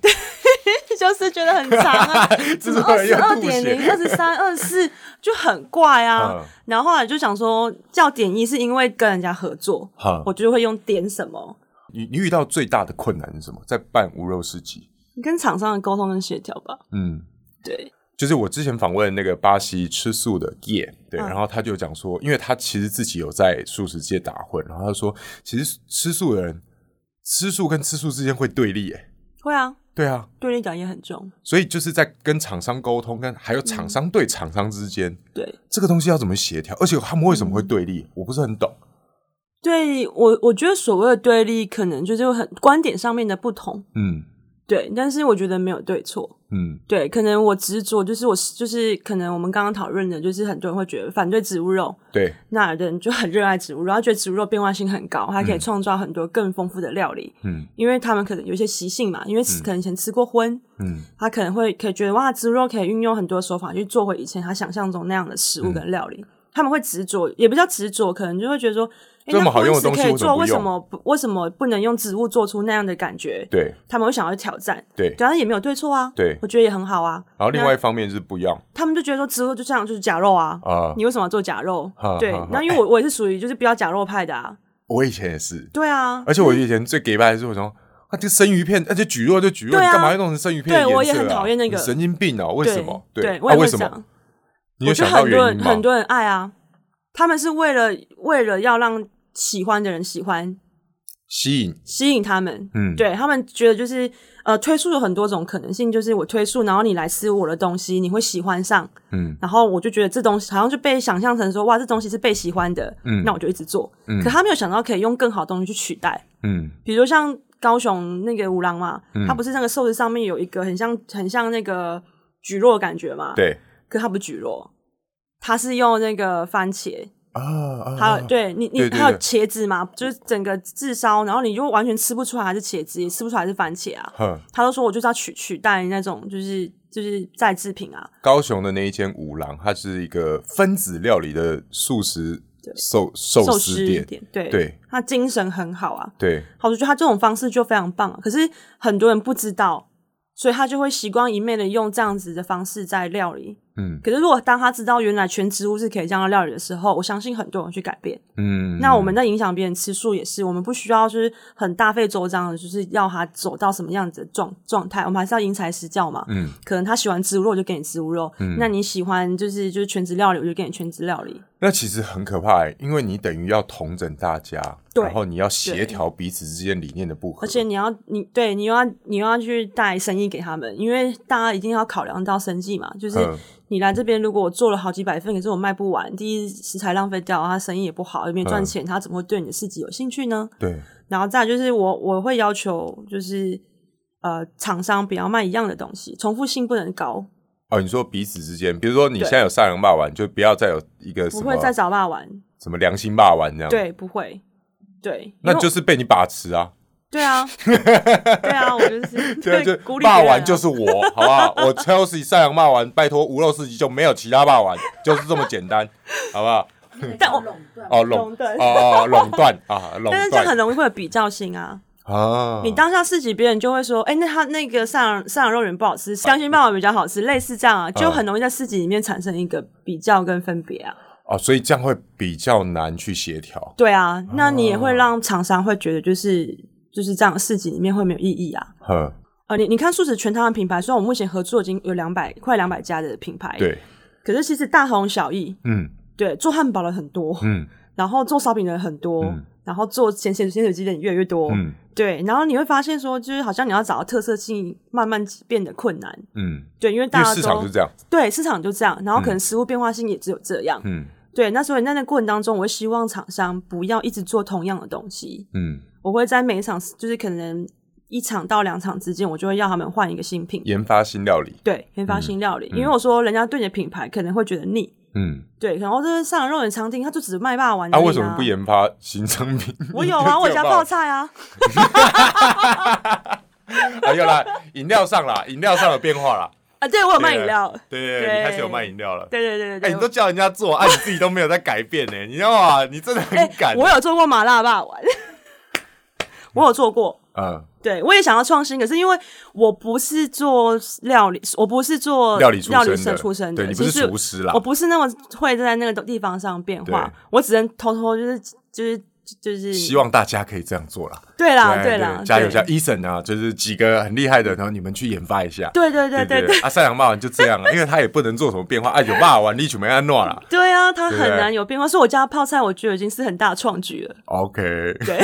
Speaker 2: 就是觉得很长 啊，什
Speaker 1: 这是
Speaker 2: 么二
Speaker 1: 为
Speaker 2: 十
Speaker 1: 了要
Speaker 2: 二
Speaker 1: 吐
Speaker 2: 点零、
Speaker 1: 血
Speaker 2: 二十三、二十四就很怪啊。
Speaker 1: 嗯
Speaker 2: 然后后来就想说，叫点一是因为跟人家合作，
Speaker 1: 好
Speaker 2: 我，就会用点什么。
Speaker 1: 你你遇到最大的困难是什么？在办无肉市集，
Speaker 2: 跟厂商的沟通跟协调吧，
Speaker 1: 嗯，
Speaker 2: 对，
Speaker 1: 就是我之前访问那个巴西吃素的 g 对，
Speaker 2: 嗯
Speaker 1: 然后他就讲说，因为他其实自己有在素食界打混，然后他说，其实吃素的人，吃素跟吃素之间会对立，哎，
Speaker 2: 会啊，
Speaker 1: 对啊，
Speaker 2: 对立感也很重，
Speaker 1: 所以就是在跟厂商沟通，跟还有厂商对厂商之间，
Speaker 2: 对，
Speaker 1: 这个东西要怎么协调？而且他们为什么会对立？
Speaker 2: 嗯
Speaker 1: 我不是很懂。
Speaker 2: 对我我觉得所谓的对立，可能就是有很观点上面的不同，
Speaker 1: 嗯
Speaker 2: 对，但是我觉得没有对错。
Speaker 1: 嗯，
Speaker 2: 对，可能我执着就是我就是可能我们刚刚讨论的，就是很多人会觉得反对植物肉，
Speaker 1: 对，
Speaker 2: 那有的人就很热爱植物肉，他觉得植物肉变化性很高，它可以创造很多更丰富的料理，
Speaker 1: 嗯
Speaker 2: 因为他们可能有一些习性嘛，因为可能以前吃过荤，
Speaker 1: 嗯
Speaker 2: 他可能会可以觉得哇，植物肉可以运用很多手法去做回以前他想象中那样的食
Speaker 1: 嗯
Speaker 2: 物跟料理。他们会执着，也不叫执着，可能就会觉得说，哎、
Speaker 1: 这么
Speaker 2: 那
Speaker 1: 好用的
Speaker 2: 荤食
Speaker 1: 东西
Speaker 2: 可以
Speaker 1: 为什么
Speaker 2: 做，
Speaker 1: 不
Speaker 2: 为什
Speaker 1: 用
Speaker 2: 么不为什么不能用植物做出那样的感觉？
Speaker 1: 对
Speaker 2: 他们会想要去挑战，
Speaker 1: 对
Speaker 2: 当然也没有对错啊，
Speaker 1: 对
Speaker 2: 我觉得也很好啊。
Speaker 1: 然后另
Speaker 2: 那
Speaker 1: 外一方面是不一样
Speaker 2: 他们就觉得说，植物就这样就是假肉啊，
Speaker 1: 啊、
Speaker 2: 你为什么要做假肉？
Speaker 1: 哈
Speaker 2: 对
Speaker 1: 哈哎哈，
Speaker 2: 那因为我我也是属于就是比较假肉派的啊，
Speaker 1: 我以前也是，
Speaker 2: 对啊，
Speaker 1: 而且我以前最给白的是我说。啊，这生鱼片，而且举肉就举肉，
Speaker 2: 对啊
Speaker 1: 你干嘛要弄成生鱼片的颜
Speaker 2: 对
Speaker 1: 色、啊？
Speaker 2: 我也很讨厌那个
Speaker 1: 你神经病哦、为
Speaker 2: 对
Speaker 1: 什么？
Speaker 2: 对，我
Speaker 1: 啊，
Speaker 2: 也
Speaker 1: 为
Speaker 2: 会
Speaker 1: 什
Speaker 2: 这样
Speaker 1: 么？。你
Speaker 2: 我
Speaker 1: 有
Speaker 2: 觉得
Speaker 1: 想到
Speaker 2: 很多
Speaker 1: 原
Speaker 2: 人
Speaker 1: 因
Speaker 2: 很
Speaker 1: 吗？
Speaker 2: 多人爱啊，他们是为了为了要让喜欢的人喜欢，
Speaker 1: 吸引，
Speaker 2: 吸引他们。
Speaker 1: 嗯，，
Speaker 2: 对他们觉得就是呃，推素有很多种可能性，就是我推素，然后你来吃我的东西，你会喜欢上，
Speaker 1: 嗯
Speaker 2: 然后我就觉得这东西好像就被想象成说哇，这东西是被喜欢的，
Speaker 1: 嗯
Speaker 2: 那我就一直做。
Speaker 1: 嗯
Speaker 2: 可他没有想到可以用更好的东西去取代，
Speaker 1: 嗯
Speaker 2: 比如像高雄那个五郎嘛，
Speaker 1: 嗯
Speaker 2: 他不是那个寿司上面有一个很像很像那个蒟蒻的感觉嘛？
Speaker 1: 对
Speaker 2: 可它不蒟蒻，它是用那个番茄，
Speaker 1: 啊啊，
Speaker 2: 还
Speaker 1: 啊
Speaker 2: 有对你你
Speaker 1: 对对
Speaker 2: 还
Speaker 1: 对
Speaker 2: 有茄子嘛，就是整个炙烧，然后你就完全吃不出来它是茄子，也吃不出来是番茄啊。
Speaker 1: 哼，
Speaker 2: 他都说我就是要取取代那种就是就是再制品啊，
Speaker 1: 高雄的那一间五郎，它是一个分子料理的素食寿
Speaker 2: 寿
Speaker 1: 寿
Speaker 2: 司
Speaker 1: 司店，
Speaker 2: 店对
Speaker 1: 对
Speaker 2: 他精神很好啊，
Speaker 1: 对，
Speaker 2: 好，我觉得他这种方式就非常棒、啊。可是很多人不知道，所以他就会习惯一昧的用这样子的方式在料理。
Speaker 1: 嗯
Speaker 2: 可是如果当他知道原来全植物是可以这样料理的时候，我相信很多人去改变。
Speaker 1: 嗯，
Speaker 2: 那我们在影响别人吃素也是，我们不需要就是很大费周章的，就是要他走到什么样子的状状态，我们还是要因材施教嘛。
Speaker 1: 嗯，
Speaker 2: 可能他喜欢植物肉，我就给你植物肉；那你喜欢就是就是全职料理，我就给你全职料理。
Speaker 1: 那其实很可怕、欸，因为你等于要同整大家，
Speaker 2: 对
Speaker 1: 然后你要协
Speaker 2: 对
Speaker 1: 调彼此之间理念的不合，
Speaker 2: 而且你要你对你又要你又要去带生意给他们，因为大家一定要考量到生计嘛。就是
Speaker 1: 嗯
Speaker 2: 你来这边，如果我做了好几百份，可是我卖不完，第一食材浪费掉，他生意也不好，也没赚
Speaker 1: 嗯
Speaker 2: 钱，他怎么会对你的市集有兴趣呢？
Speaker 1: 对，
Speaker 2: 然后再来就是我我会要求就是呃厂商不要卖一样的东西，重复性不能高，
Speaker 1: 哦，你说彼此之间，比如说你
Speaker 2: 对
Speaker 1: 现在有善良霸丸，就不要再有一个什
Speaker 2: 不
Speaker 1: 么
Speaker 2: 会再找爸玩，
Speaker 1: 什么良心霸丸这样，，
Speaker 2: 对，不会，对，
Speaker 1: 那
Speaker 2: 因为
Speaker 1: 就是被你把持 啊，
Speaker 2: 对啊，对啊，我就是
Speaker 1: 对，就
Speaker 2: 鼓励
Speaker 1: 霸
Speaker 2: 别人啊
Speaker 1: 丸就是我，好不好？我 Chelsea 善良霸丸，拜托无肉市集就没有其他霸丸，就是这么简单，好不好？
Speaker 2: 但我
Speaker 3: 垄断
Speaker 1: 哦，
Speaker 2: 垄
Speaker 1: 垄
Speaker 2: 断
Speaker 1: 哦哦垄断啊，垄
Speaker 2: 但是这
Speaker 1: 断
Speaker 2: 样很容易会有比较心啊！
Speaker 1: 啊，
Speaker 2: 你当下市集，别人就会说：“哎、那他那个上羊上羊肉圆不好吃，香
Speaker 1: 嗯
Speaker 2: 心棒比较好吃。”类似这样啊，就很容易在市集里面产生一个比较跟分别啊。
Speaker 1: 哦，所以这样会比较难去协调。
Speaker 2: 对啊，那你也会
Speaker 1: 嗯
Speaker 2: 让厂商会觉得就是就是这样的市集里面会没有意义啊。
Speaker 1: 呵，
Speaker 2: 呃，你你看素食全台湾品牌，虽然我目前合作已经有两百快两百家的品牌，，
Speaker 1: 对，
Speaker 2: 可是其实大同小异。
Speaker 1: 嗯
Speaker 2: 对，做汉堡的很多，
Speaker 1: 嗯
Speaker 2: 然后做烧饼的人很多，
Speaker 1: 嗯
Speaker 2: 然后做咸咸咸水鸡的人越来越多，
Speaker 1: 嗯
Speaker 2: 对，然后你会发现说，就是好像你要找到特色性，慢慢变得困难。
Speaker 1: 嗯，
Speaker 2: 对，因为
Speaker 1: 因
Speaker 2: 大
Speaker 1: 为
Speaker 2: 家
Speaker 1: 市场
Speaker 2: 都
Speaker 1: 就嗯这样，
Speaker 2: 对市场就这样，然后可能食物变化性也只有这样。
Speaker 1: 嗯
Speaker 2: 对，那所以在那过程当中，我会希望厂商不要一直做同样的东西。
Speaker 1: 嗯，
Speaker 2: 我会在每一场，就是可能一场到两场之间，我就会要他们换一个新品，
Speaker 1: 研发新料理，
Speaker 2: 对，研发新料理。因为我说人家对你的品牌可能会觉得腻，
Speaker 1: 嗯，
Speaker 2: 对，然后这是上海肉眼餐厅，它就只卖霸王。
Speaker 1: 啊，为什么不？研发新商品？
Speaker 2: 嗯 我有啊，我有加
Speaker 1: 爆
Speaker 2: 泡菜啊。
Speaker 1: 啊，有啦，饮料上啦，饮料上有变化啦，
Speaker 2: 啊，对，我 有卖饮料。
Speaker 1: 对对对，
Speaker 2: 对
Speaker 1: 你开始有卖饮料了。
Speaker 2: 对对对
Speaker 1: 哎，
Speaker 2: 对
Speaker 1: 你都
Speaker 2: 对。
Speaker 1: 叫人家做，啊，你自己都没有在改变呢，你知道吗？你真的很敢。
Speaker 2: 哎
Speaker 1: 啊
Speaker 2: 我有做过麻辣霸王， 我有做过。
Speaker 1: 嗯，
Speaker 2: 对，我也想要创新，可是因为我不是做料理，我不是做
Speaker 1: 呃料理出
Speaker 2: 料理
Speaker 1: 身
Speaker 2: 社
Speaker 1: 的，
Speaker 2: 出身的，
Speaker 1: 对你不是
Speaker 2: 其实
Speaker 1: 厨师啦
Speaker 2: 我，不是那么会在那个地方上变化
Speaker 1: 对，
Speaker 2: 我只能偷偷就是就是就是
Speaker 1: 希望大家可以这样做啦。
Speaker 2: 啊对啦
Speaker 1: 对
Speaker 2: 啦，
Speaker 1: 加油
Speaker 2: 对
Speaker 1: 加油！Eason 啊，就是几个很厉害的，然后你们去研发一下。
Speaker 2: 对对对
Speaker 1: 对
Speaker 2: 对
Speaker 1: 对，啊，善良骂完就这样了，因为 他也不能做什么变化，啊，有骂完你就没安诺啦。
Speaker 2: 对啊，它很
Speaker 1: 对
Speaker 2: 难有变化，所以我加泡菜，我觉得已经是很大的创举了。
Speaker 1: OK，
Speaker 2: 对，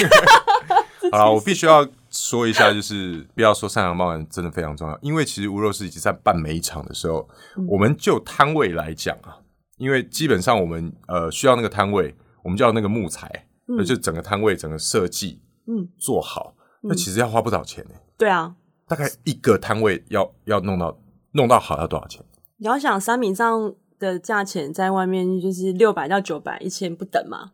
Speaker 1: 好了，我必须要说一下，就是不要说善良骂完真的非常重要，因为其实无肉市集在办每一场的时候，
Speaker 2: 嗯
Speaker 1: 我们就摊位来讲啊，因为基本上我们呃需要那个摊位，我们叫那个木材，那就整个摊位整个设计
Speaker 2: 嗯
Speaker 1: 做好，那其实要花不少钱呢。
Speaker 2: 对啊，
Speaker 1: 大概一个摊位要要弄到弄到好要多少钱？
Speaker 2: 你要想三米上的价钱在外面就是六百到九百、一千不等嘛。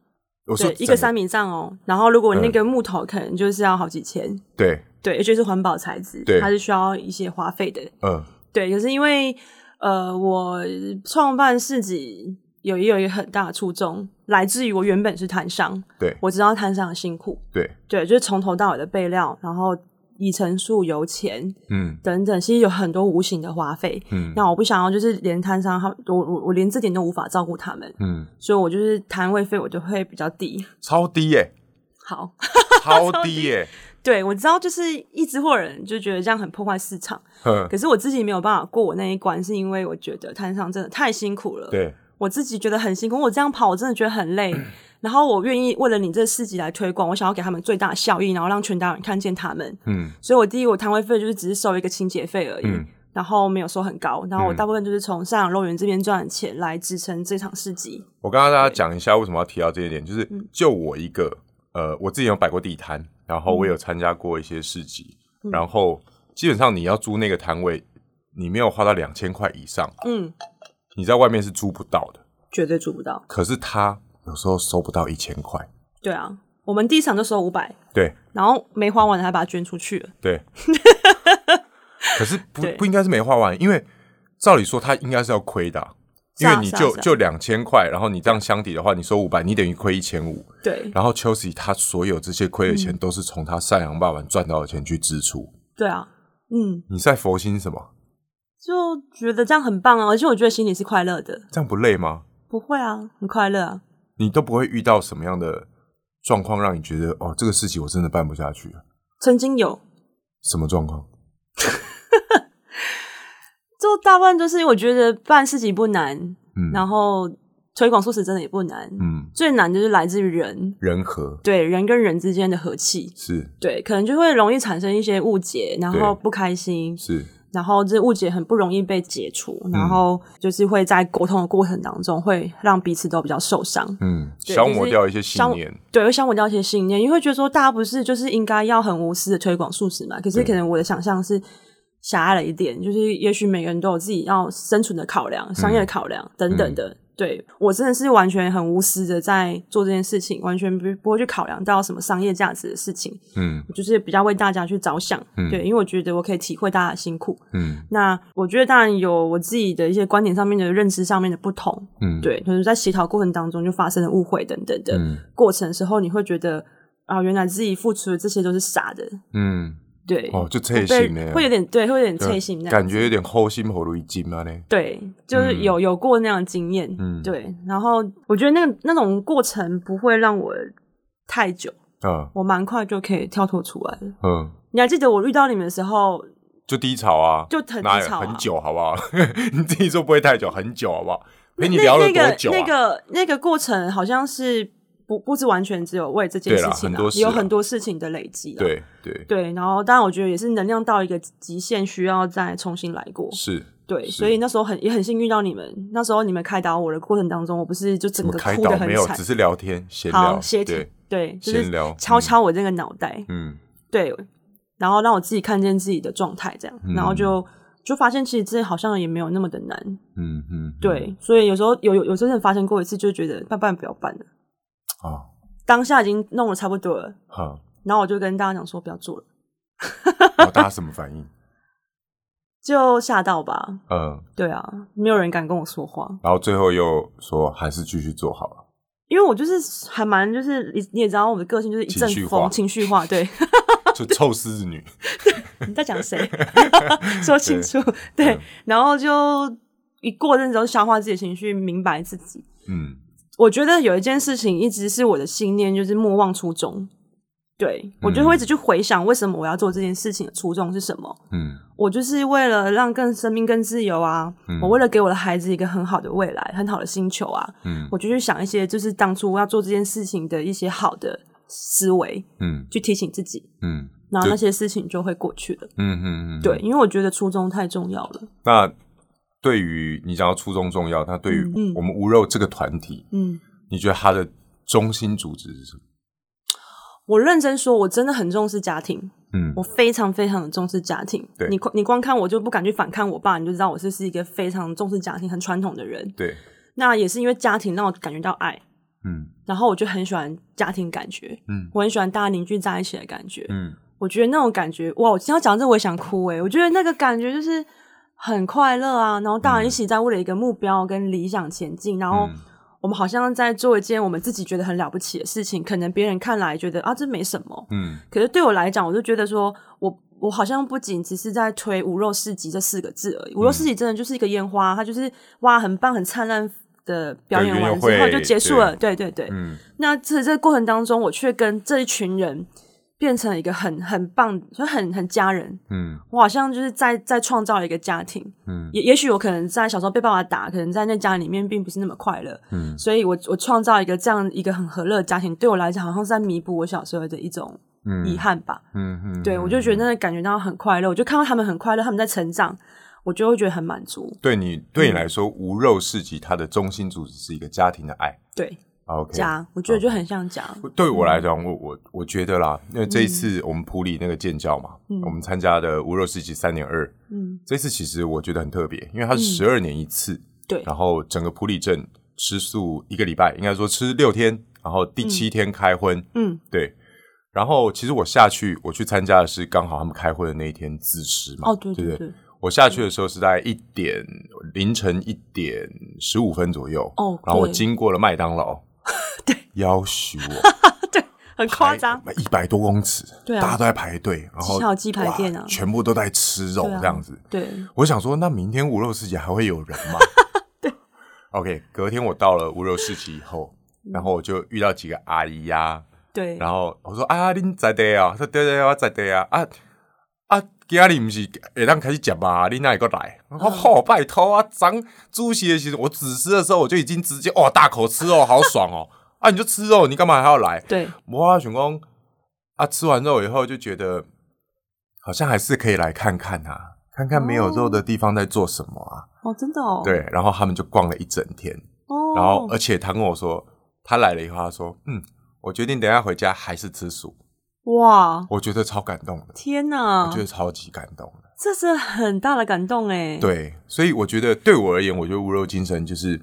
Speaker 1: 我说
Speaker 2: 对，一
Speaker 1: 整嗯
Speaker 2: 个三米杖哦，然后如果那个木头可能就是要好几千，
Speaker 1: 对，
Speaker 2: 对，而且是环保材质，
Speaker 1: 对
Speaker 2: 它是需要一些花费的，
Speaker 1: 嗯
Speaker 2: 对。可是因为呃，我创办市集有也有一个很大的初衷，来自于我原本是摊商，
Speaker 1: 对
Speaker 2: 我知道摊商的辛苦，
Speaker 1: 对
Speaker 2: 对，就是从头到尾的备料，然后里程数、油钱
Speaker 1: 嗯
Speaker 2: 等等，其实有很多无形的花费。
Speaker 1: 嗯
Speaker 2: 那我不想要，就是连摊商他，我我我连这点都无法照顾他们，
Speaker 1: 嗯，
Speaker 2: 所以我就是摊位费我就会比较低。
Speaker 1: 超低 耶、
Speaker 2: 好，
Speaker 1: 超低耶、
Speaker 2: 对，我知道，就是一直货人就觉得这样很破坏市场，
Speaker 1: 嗯，
Speaker 2: 可是我自己没有办法过我那一关，是因为我觉得摊上真的太辛苦了。
Speaker 1: 对嗯
Speaker 2: 我自己觉得很辛苦，我这样跑我真的觉得很累。 然后我愿意为了你这四集来推广，我想要给他们最大的效益，然后让全台湾看见他们。
Speaker 1: 嗯
Speaker 2: 所以我第一，我摊位费就是只是收一个清洁费而已，
Speaker 1: 嗯
Speaker 2: 然后没有收很高。然后我大部分就是从赡养肉园这边赚的钱来支撑这场市集。
Speaker 1: 我刚刚大家讲一下为什么要提到这一点，就是
Speaker 2: 嗯
Speaker 1: 就我一个，呃，我自己有摆过地摊，然后我有参加过一些市集，
Speaker 2: 嗯
Speaker 1: 然后基本上你要租那个摊位，你没有花到两千块以上，
Speaker 2: 嗯，
Speaker 1: 你在外面是租不到的。
Speaker 2: 绝对做不到。
Speaker 1: 可是他有时候收不到一千块，
Speaker 2: 对啊，我们第一场就收五百，
Speaker 1: 对
Speaker 2: 然后没花完的还把它捐出去了。
Speaker 1: 对。可是不
Speaker 2: 对
Speaker 1: 不应该是没花完，因为照理说他应该是要亏的啊、因为
Speaker 2: 是啊
Speaker 1: 你
Speaker 2: 是啊
Speaker 1: 就是
Speaker 2: 啊
Speaker 1: 就两千块，然后你这样相抵的话，你收五百，你等于亏一千五。
Speaker 2: 对，
Speaker 1: 然后 Chelsea 他所有这些亏的
Speaker 2: 嗯
Speaker 1: 钱都是从他赡养爸爸赚到的钱去支出。
Speaker 2: 对啊，嗯，
Speaker 1: 你在佛心什么？
Speaker 2: 就觉得这样很棒啊，而且我觉得心里是快乐的，
Speaker 1: 这样不累吗？
Speaker 2: 不会啊，很快乐啊。
Speaker 1: 你都不会遇到什么样的状况让你觉得哦，这个事情我真的办不下去了？
Speaker 2: 曾经有，
Speaker 1: 什么状况？
Speaker 2: 就大部分就是我觉得办事情不难，
Speaker 1: 嗯
Speaker 2: 然后推广素食真的也不难，
Speaker 1: 嗯，
Speaker 2: 最难就是来自于人，
Speaker 1: 人和
Speaker 2: 对人跟人之间的和气，
Speaker 1: 是
Speaker 2: 对，可能就会容易产生一些误解，然后
Speaker 1: 对
Speaker 2: 不开心，
Speaker 1: 是，
Speaker 2: 然后这误解很不容易被解除，
Speaker 1: 嗯
Speaker 2: 然后就是会在沟通的过程当中会让彼此都比较受伤。
Speaker 1: 嗯，
Speaker 2: 对
Speaker 1: 消
Speaker 2: 就是
Speaker 1: 磨掉一些信
Speaker 2: 消
Speaker 1: 念。
Speaker 2: 对，会消磨掉一些信念，因为会觉得说大家不是就是应该要很无私的推广素食嘛？可是
Speaker 1: 对
Speaker 2: 可能我的想象是狭隘了一点，就是也许每个人都有自己要生存的考量、商
Speaker 1: 嗯
Speaker 2: 业的考量、等等的。对我真的是完全很无私的在做这件事情，完全不不会去考量到什么商业价值的事情，
Speaker 1: 嗯
Speaker 2: 我就是比较为大家去着想。
Speaker 1: 嗯
Speaker 2: 对，因为我觉得我可以体会大家的辛苦。
Speaker 1: 嗯
Speaker 2: 那我觉得当然有我自己的一些观点上面的认知上面的不同，
Speaker 1: 嗯，
Speaker 2: 对，就是在协调过程当中就发生了误会等等的。
Speaker 1: 嗯
Speaker 2: 过程的时候，你会觉得啊，原来自己付出的这些都是傻的，
Speaker 1: 嗯，
Speaker 2: 对，
Speaker 1: 哦，就这
Speaker 2: 被
Speaker 1: 型呢，
Speaker 2: 会有点对，会有点
Speaker 1: 对
Speaker 2: 脆心那样
Speaker 1: 感觉有点齁心喉咙一紧啊呢。
Speaker 2: 对，就是有、有过那样的经验，
Speaker 1: 嗯
Speaker 2: 对。然后我觉得那个那种过程不会让我太久，
Speaker 1: 嗯
Speaker 2: 我蛮快就可以跳脱出来的。
Speaker 1: 嗯，
Speaker 2: 你还记得我遇到你们的时候
Speaker 1: 就低潮啊，
Speaker 2: 就很
Speaker 1: 哪
Speaker 2: 低
Speaker 1: 有
Speaker 2: 潮、啊，
Speaker 1: 很久好不 好？你自己说不会太久，很久好不好？陪你
Speaker 2: 那
Speaker 1: 聊了
Speaker 2: 那
Speaker 1: 多
Speaker 2: 个
Speaker 1: 久啊？
Speaker 2: 那个那个过程好像是不不是完全只有为这件
Speaker 1: 对
Speaker 2: 事
Speaker 1: 啦
Speaker 2: 情、
Speaker 1: 很
Speaker 2: 啊，
Speaker 1: 多事
Speaker 2: 也有
Speaker 1: 啦
Speaker 2: 很多事情的累积啦，啊
Speaker 1: 对对
Speaker 2: 对，然后当然我觉得也是能量到一个极限，需要再重新来过。
Speaker 1: 是，
Speaker 2: 对，
Speaker 1: 是
Speaker 2: 所以那时候很也很幸运遇到你们。那时候你们开导我的过程当中，我不是就整
Speaker 1: 我
Speaker 2: 个
Speaker 1: 开
Speaker 2: 哭得
Speaker 1: 导
Speaker 2: 很
Speaker 1: 没有，
Speaker 2: 惨
Speaker 1: 只，是聊天闲聊，
Speaker 2: 好协调
Speaker 1: 对，，
Speaker 2: 对，就
Speaker 1: 闲
Speaker 2: 是
Speaker 1: 聊
Speaker 2: 敲敲我这个脑袋，
Speaker 1: 嗯
Speaker 2: 对，然后让我自己看见自己的状态，这
Speaker 1: 嗯
Speaker 2: 样，然后就就发现其实这好像也没有那么的难。
Speaker 1: 嗯嗯，
Speaker 2: 对，所以有时候有有有真正发生过一次，就觉得办办不要办了，
Speaker 1: 好
Speaker 2: 当下已经弄得差不多了，
Speaker 1: 哦好，
Speaker 2: 然后我就跟大家讲说不要做了，
Speaker 1: 然后大家什么反应？
Speaker 2: 就吓到吧。
Speaker 1: 嗯，
Speaker 2: 对啊，没有人敢跟我说话。
Speaker 1: 然后最后又说还是继续做好了，
Speaker 2: 因为我就是还蛮就是你你也知道我的个性就是一阵
Speaker 1: 情绪化
Speaker 2: 风情绪化， 对
Speaker 1: 就臭狮子女，
Speaker 2: 你在讲谁？ 说清楚对，
Speaker 1: 嗯
Speaker 2: 然后就一过阵子就消化自己的情绪，明白自己。
Speaker 1: 嗯
Speaker 2: 我觉得有一件事情一直是我的信念，就是莫忘初衷。对我就会一直去回想为什么我要做这件事情的初衷是什么。
Speaker 1: 嗯
Speaker 2: 我就是为了让更生命更自由啊，我为了给我的孩子一个很好的未来、很好的星球啊，
Speaker 1: 嗯
Speaker 2: 我就去想一些就是当初要做这件事情的一些好的思维。
Speaker 1: 嗯
Speaker 2: 去提醒自己，
Speaker 1: 嗯
Speaker 2: 然后
Speaker 1: 对
Speaker 2: 那些事情就会过去了。
Speaker 1: 嗯嗯嗯，
Speaker 2: 对，。因为我觉得初衷太重要了。
Speaker 1: 那对于你讲到初衷重要，那对于我们无肉这个团体，
Speaker 2: 嗯，
Speaker 1: 你觉得它的中心主旨是什么？
Speaker 2: 我认真说，我真的很重视家庭，
Speaker 1: 嗯
Speaker 2: 我非常非常的重视家庭。
Speaker 1: 对
Speaker 2: 你光你光看我就不敢去反抗我爸，你就知道我是是一个非常重视家庭、很传统的人。
Speaker 1: 对，
Speaker 2: 那也是因为家庭让我感觉到爱，
Speaker 1: 嗯
Speaker 2: 然后我就很喜欢家庭感觉，
Speaker 1: 嗯
Speaker 2: 我很喜欢大家凝聚在一起的感觉。
Speaker 1: 嗯，
Speaker 2: 我觉得那种感觉，哇！我今天讲到这我也想哭欸诶、我觉得那个感觉就是很快乐啊，然后大家一起在为了一个目标跟理想前进，然后
Speaker 1: 嗯
Speaker 2: 我们好像在做一件我们自己觉得很了不起的事情，可能别人看来觉得啊这没什么，
Speaker 1: 嗯
Speaker 2: 可是对我来讲，我就觉得说我。我好像不仅只是在推“无肉市集”这四个字而已，“无肉市集”真的就是一个烟花，它就是哇，很棒、很灿烂的表演完
Speaker 1: 对
Speaker 2: 之
Speaker 1: 园
Speaker 2: 后
Speaker 1: 游会
Speaker 2: 就结束了。对对对，
Speaker 1: 嗯
Speaker 2: 那在这个过程当中，我却跟这一群人变成一个很很棒，就很很家人。
Speaker 1: 嗯
Speaker 2: 我好像就是在在创造一个家庭。
Speaker 1: 嗯
Speaker 2: 也也许我可能在小时候被爸爸打，可能在那家里面并不是那么快乐。
Speaker 1: 嗯
Speaker 2: 所以我我创造一个这样一个很和乐的家庭，对我来讲好像是在弥补我小时候的一种
Speaker 1: 嗯
Speaker 2: 遗憾吧。
Speaker 1: 嗯嗯，
Speaker 2: 对我就觉得那感觉到很快乐，我就看到他们很快乐，他们在成长，我就会觉得很满足。
Speaker 1: 对你对
Speaker 2: 嗯
Speaker 1: 你来说，无肉市集它的中心主旨是一个家庭的爱。
Speaker 2: 对
Speaker 1: OK，
Speaker 2: 家，嗯我觉得就很像家。
Speaker 1: 对我来讲，我我我觉得啦，因为这一
Speaker 2: 嗯
Speaker 1: 次我们普里那个建教嘛，我们参加的无肉市集三点二，
Speaker 2: 嗯，
Speaker 1: 这次其实我觉得很特别，因为它是十二年一次，
Speaker 2: 对，
Speaker 1: 然后整个普里镇吃素一个礼拜，应该说吃六天，然后第七天开荤，
Speaker 2: 嗯，
Speaker 1: 对。然后其实我下去，我去参加的是刚好他们开会的那一天自食嘛。
Speaker 2: 哦，对
Speaker 1: 对
Speaker 2: 对
Speaker 1: 不
Speaker 2: 对，
Speaker 1: 我下去的时候是在一点凌晨一点十五分左右。
Speaker 2: 哦
Speaker 1: 然后我
Speaker 2: 对
Speaker 1: 经过了麦当劳。
Speaker 2: 对，
Speaker 1: 要许我
Speaker 2: 很 夸张。
Speaker 1: 一百多公尺，
Speaker 2: 对啊
Speaker 1: 大家都在排队，然后
Speaker 2: 还有鸡排店啊
Speaker 1: 哇全部都在吃肉
Speaker 2: 对啊
Speaker 1: 这样子。
Speaker 2: 对，
Speaker 1: 我想说，那明天无肉市集还会有人吗？对。OK，隔天我到了无肉市集以后，然后我就遇到几个阿姨呀、
Speaker 2: 对，
Speaker 1: 然后我说啊，恁在地啊，她说对对，我在地啊，啊啊，今日不是会当开始食嘛？你哪会个来？我说好、拜托啊，咱主席的时候，我子时的时候我就已经直接哇大口吃哦，好爽哦！ 啊，你就吃肉，你干嘛还要来？
Speaker 2: 对，
Speaker 1: 我想讲啊，吃完肉以后就觉得好像还是可以来看看啊，看看没有肉的地方在做什么啊。
Speaker 2: 哦，真的哦，，
Speaker 1: 对，然后他们就逛了一整天，
Speaker 2: 哦，
Speaker 1: 然后而呃且他跟我说，他来了以后，他说，嗯，我决定等一下回家还是吃素，
Speaker 2: 哇，
Speaker 1: 我觉得超感动的，
Speaker 2: 天哪
Speaker 1: 我觉，得超级感动的。
Speaker 2: 这是很大的感动哎。，
Speaker 1: 对，所以我觉得对我而言，我觉得无肉精神就是，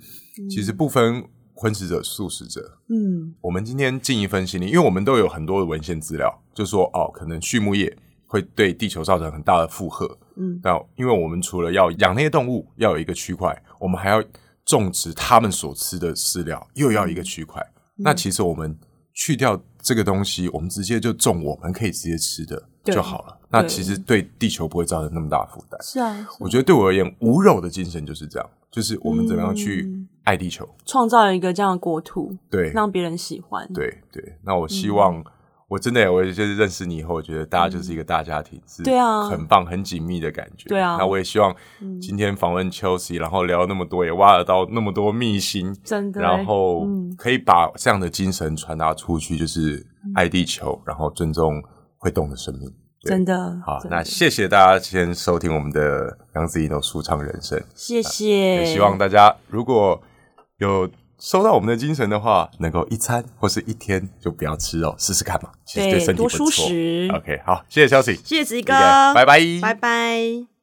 Speaker 1: 其实不分荤食者、素食者，
Speaker 2: 嗯，
Speaker 1: 我们今天尽一份心力，因为我们都有很多的文献资料，就说哦，可能畜牧业会对地球造成很大的负荷。
Speaker 2: 嗯，
Speaker 1: 那因为我们除了要养那些动物，要有一个区块，我们还要种植它们所吃的饲料，又要一个区块。那其实我们去掉这个东西，我们直接就种我们可以直接吃的
Speaker 2: 对
Speaker 1: 就好了。那
Speaker 2: 对
Speaker 1: 其实对地球不会造成那么大的负担。
Speaker 2: 是啊，
Speaker 1: 我觉得对我而言，无肉的精神就是这样，就是我们怎么样去
Speaker 2: 嗯
Speaker 1: 爱地球。
Speaker 2: 创造一个这样的国土，
Speaker 1: 对，
Speaker 2: 让别人喜欢。，
Speaker 1: 对对，那我
Speaker 2: 嗯
Speaker 1: 希望、我真的，我就是认识你以后，我觉得大家就是一个大家庭，是
Speaker 2: 嗯对啊
Speaker 1: 很棒、很紧密的感觉。
Speaker 2: 对啊
Speaker 1: 那我也希望今天访问 Chelsea，然后聊那么多，也挖得到那么多秘辛，
Speaker 2: 真的欸。
Speaker 1: 然后
Speaker 2: 嗯
Speaker 1: 可以把这样的精神传达出去，就是爱地球，然后尊重会动的生命。对
Speaker 2: 真的
Speaker 1: 好，
Speaker 2: 真的
Speaker 1: 那谢谢大家先收听我们的杨子怡的舒畅人生。
Speaker 2: 谢谢，
Speaker 1: 也希望大家如果有收到我们的精神的话，能够一餐或是一天就不要吃肉，哦试试看嘛，其实对
Speaker 2: 对
Speaker 1: 身体
Speaker 2: 多
Speaker 1: 不错
Speaker 2: 舒。适。
Speaker 1: OK，好，谢谢 Chelsea，
Speaker 2: 谢谢子怡哥，
Speaker 1: 拜拜，
Speaker 2: 拜拜。